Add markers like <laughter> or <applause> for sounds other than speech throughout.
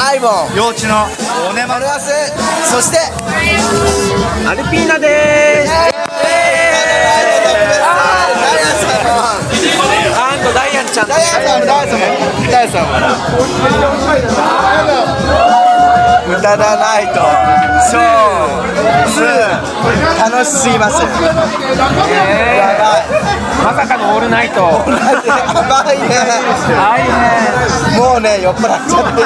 アイボン幼稚のおねま丸アスそしてアルピーナでーすアンドダイアンちゃんダイアンさんもダイアンさんもダイアンさんも歌だないとそう楽しすぎますやばいまさかのオールナイトやばいねはいねもうね酔っ払っちゃって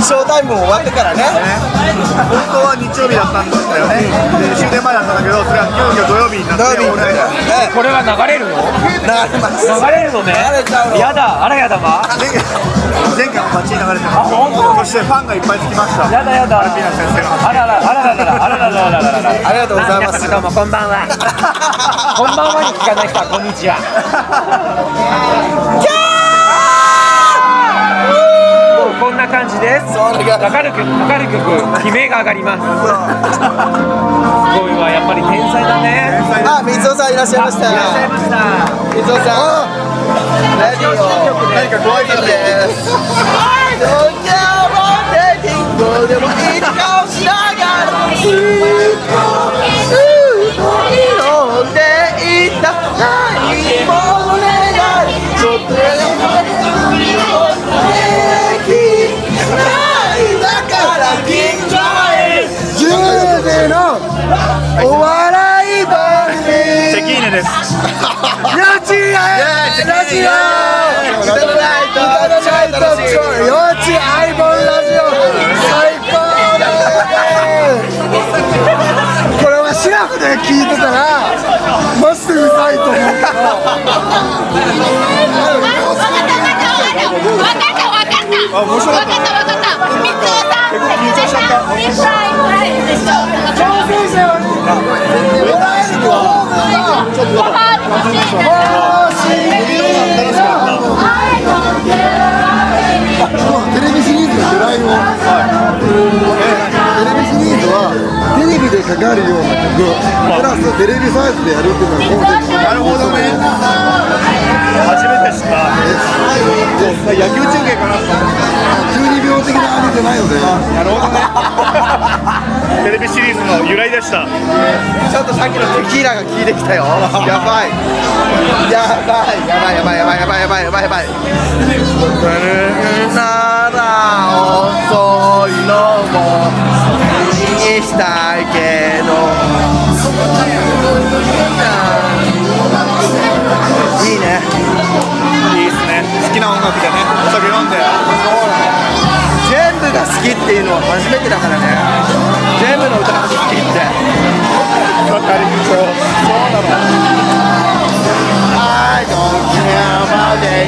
ショータイムも終わってからね本当は日曜日だったんだよねで終電前だったんだけどそれは急遽土曜日にな土って曜日に俺らねがこれは流れるの流れます流れるのね流れちゃうのやだあらやだわ前前回もバッチリ流れてます本当そしてファンがいっぱいつきましたやだやだアルピーナ先生があららあららららあらららららららありがとうございます皆様どうもこんばんはこんばんはに聞かない人はこんにちはもうこんな感じですそれがかかる曲かかる曲悲鳴が上がりますすごいわやっぱり天才だねあ水尾さんいらっしゃいましたいらっしゃいました水尾さんラジオ何かご挨拶でですどんなもんでどうでもいい顔しながらずっとずっと飲んでいた何も願いちょっとやめてないだから銀座へゆうべのお笑い番組関根ですラジオラジオいただないといただないと幼稚アイボンラジオ最高だねこれはシラフで聞いてたらマジでうざいと思うわかったわかったわかったわかったわかったわかったわかった三つ折りのあ面白かった三つ折りテレビシリーズの由来を、テレビシリーズはテレビでかかるような曲プラステレビサイズでやるっていうのがコンセプトなるほどね初めて知った野球中継かなと思っ中二病的なアニメじゃないのでたテレビシリーズの由来でしたちょっとさっきのテキーラが効いてきたよやばいやばいやばいやばいやばいやばいやばいやばいやばいなら遅いのも気にしたいけどいいねいいっすね好きな音楽でねお酒飲んで全部が好きっていうのは初めてだからね全部の歌が好きってわかりましょう I don't care about it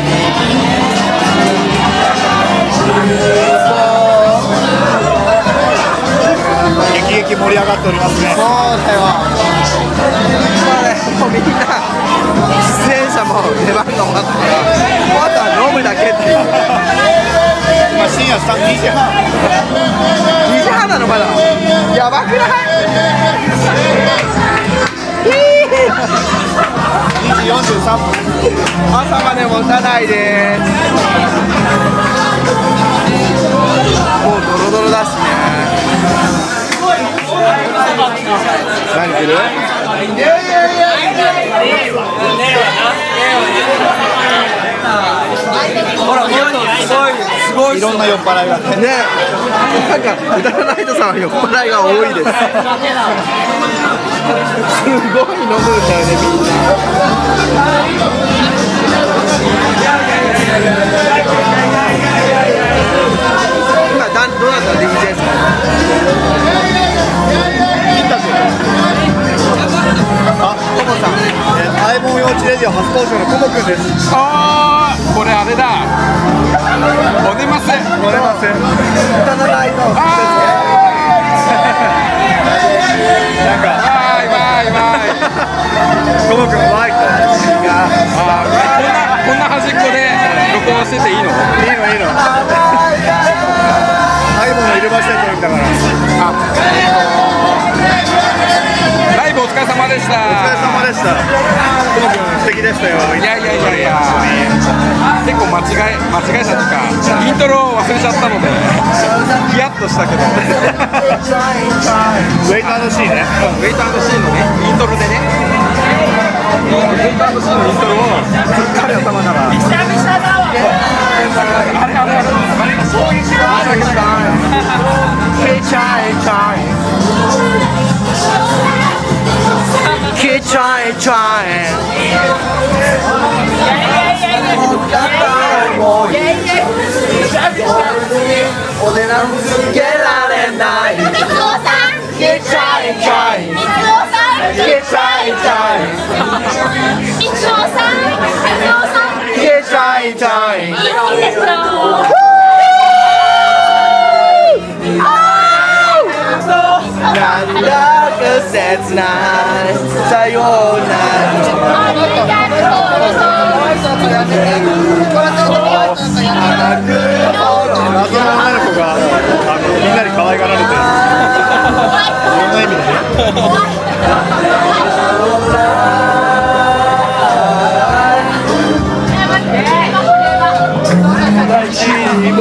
激激盛り上がっておりますねそうだよ。まあね、もうみんな出演者も出番が終わったから、もうあとは飲むだけっていう。今深夜3 2時半二時半なのまだ。やばくない？ 2時43分朝まで持たないです。もうドロドロだしね。何するいやいやいや。いろんな酔っ払いがねなんか歌わないとさんは酔っ払いが多いですすごい飲むんだよねみんな今だどうだった DJ ですかあ、コモさん、えー、相棒幼稚レディオ初登場のコモくんです。あーこれあれだおねます乗れません。歌のライブなんか、バイバイバイコモくんのマイクが、あーこんなこんな端っこで録音してていいのいいのいいの。相棒の入れましたと言うんだから。ライブお疲れれ様でしたお疲れ様でしたともくん素敵でしたよいやいやいやいや結構間違え間違えたとかイントロを忘れちゃったのでヒヤッとしたけどウェイターのシーンねウェイターのシーンのね、イントロでね、ウェイターのシーンのイントロを、すっかり頭から、あれあれあれ、あれそういう時間あるわけだお値段つけられないみつおさんみつおさんみつおさんみつおさんいいですよなんだか切ないさようならありが謎の女の子があのみんなに可愛がら <laughs> れてるいろんな意味でね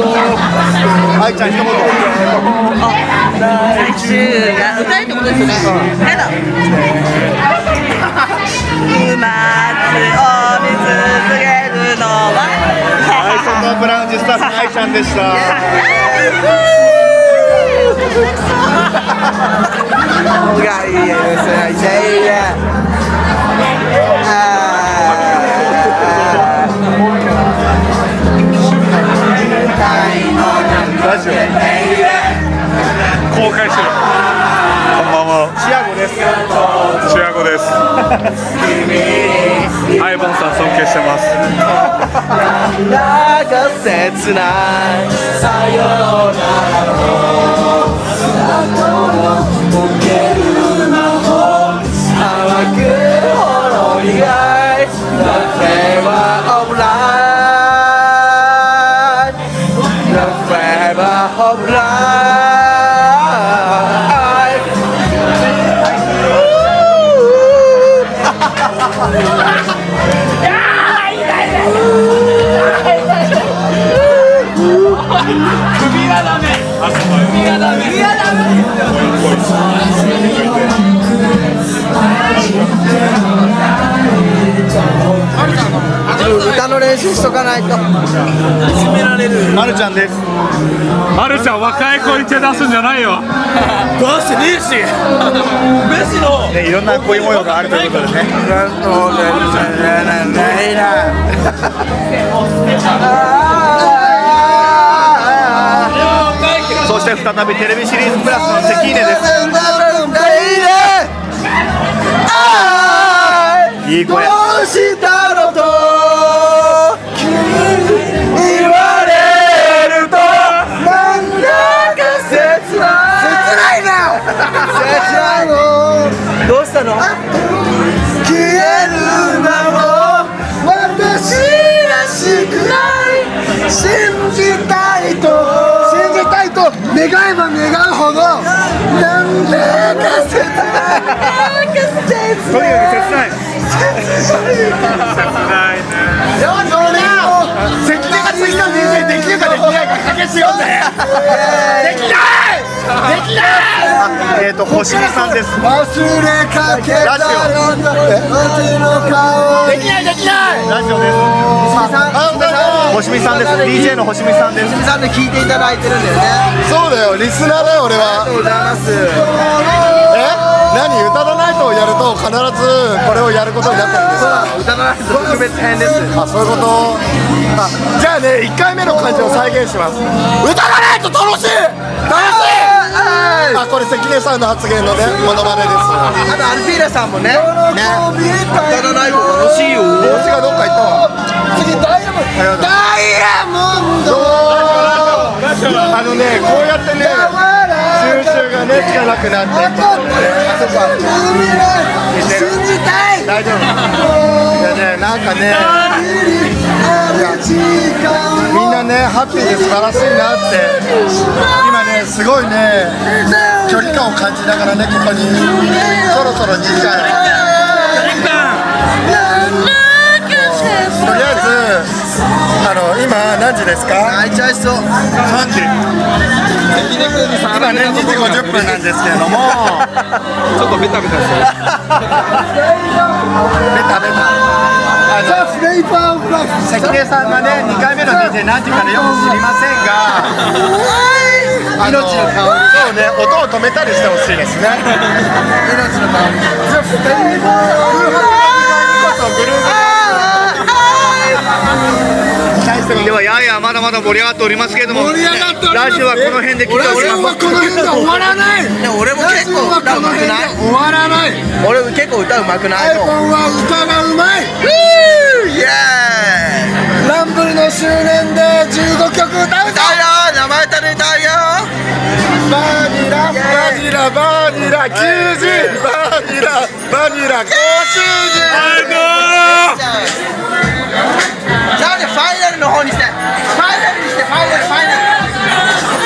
愛ちゃん一言 <laughs> 歌いってことですよね。やだ。うまつを見続けるのアイソは。ンのブラウンジスタッフの愛ちゃんでしたがいいよさいぜいや公ラジオ開してるこんばんはチアゴですチアゴですアイボンさん尊敬してますなんだか切ないさようならあとの溶ける魔法淡くほろ苦いだけはオブライ The flavor of life 歌の練習しとかないと。まるちゃんですまるちゃん若い子に手出すんじゃないよねいろんな恋模様があるということでねそして再びテレビシリーズプラスの関根ですいい声どうしたの消えるなも私らしくない信じたいと信じたいと願えば願うほどなんだか切ないなんだか切なとにいかく切ないよし俺も設定がついた DJ できるかできないか賭けしようぜできないできないえっ、ー、と星見さんです忘れかけたのに私の顔できないできないラジオです星見さんです DJ の星見さんですさんで聞いていただいてるんだよねそうだよリスナーだよ俺はありがとうございますえ何歌のナイトをやると必ずこれをやることになってるんですか歌のライブ特別編ですあそういうことあじゃあね1回目の感じを再現します歌がないと楽しい楽しいあこれ関根さんの発言のねモノマネですあとアルフィーラさんもねね歌のライブ楽しいよ帽子がどっか行ったわ次ダイヤモンドダイヤモンドあのねこうやってね収集がねつかなくなっていく信じたい大丈夫いやねなんかねみんなねねハッピーで素晴らしいなって今ねすごいね距離感を感じながらねここにそろそろ2時間とりあえずあの今何時ですか泣いちゃいそう3時今ね2時50分なんですけれ <laughs> どちもょっとベタベタし <laughs> てるベタベタザ・フレイバー・オブ・ライフ関根さんがね2回目の DJ 何時からよく知りませんが命の香りそうね音を止めたりしてほしいですね命の香りザ・フレイバー・オブ・ライフグルーヴ期待してますではややまだまだ盛り上がっておりますけれども盛り上がっております来週はこの辺で来ておりラジオまはすこの辺で終わらない俺もラジ結オ構は歌こうのま辺くでない終わらない俺結構歌うまくなアいイボンのは歌がうまいイエーイランブルの周年で15歌曲歌うぞうよ名前取りたいよバニラバニラバニラ90バニラバニラなんでファイナルの方にしてファイナルにしてファイナルファイナル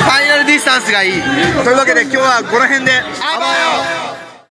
ファイナルディスタンスがいいというわけで今日はこの辺であばよ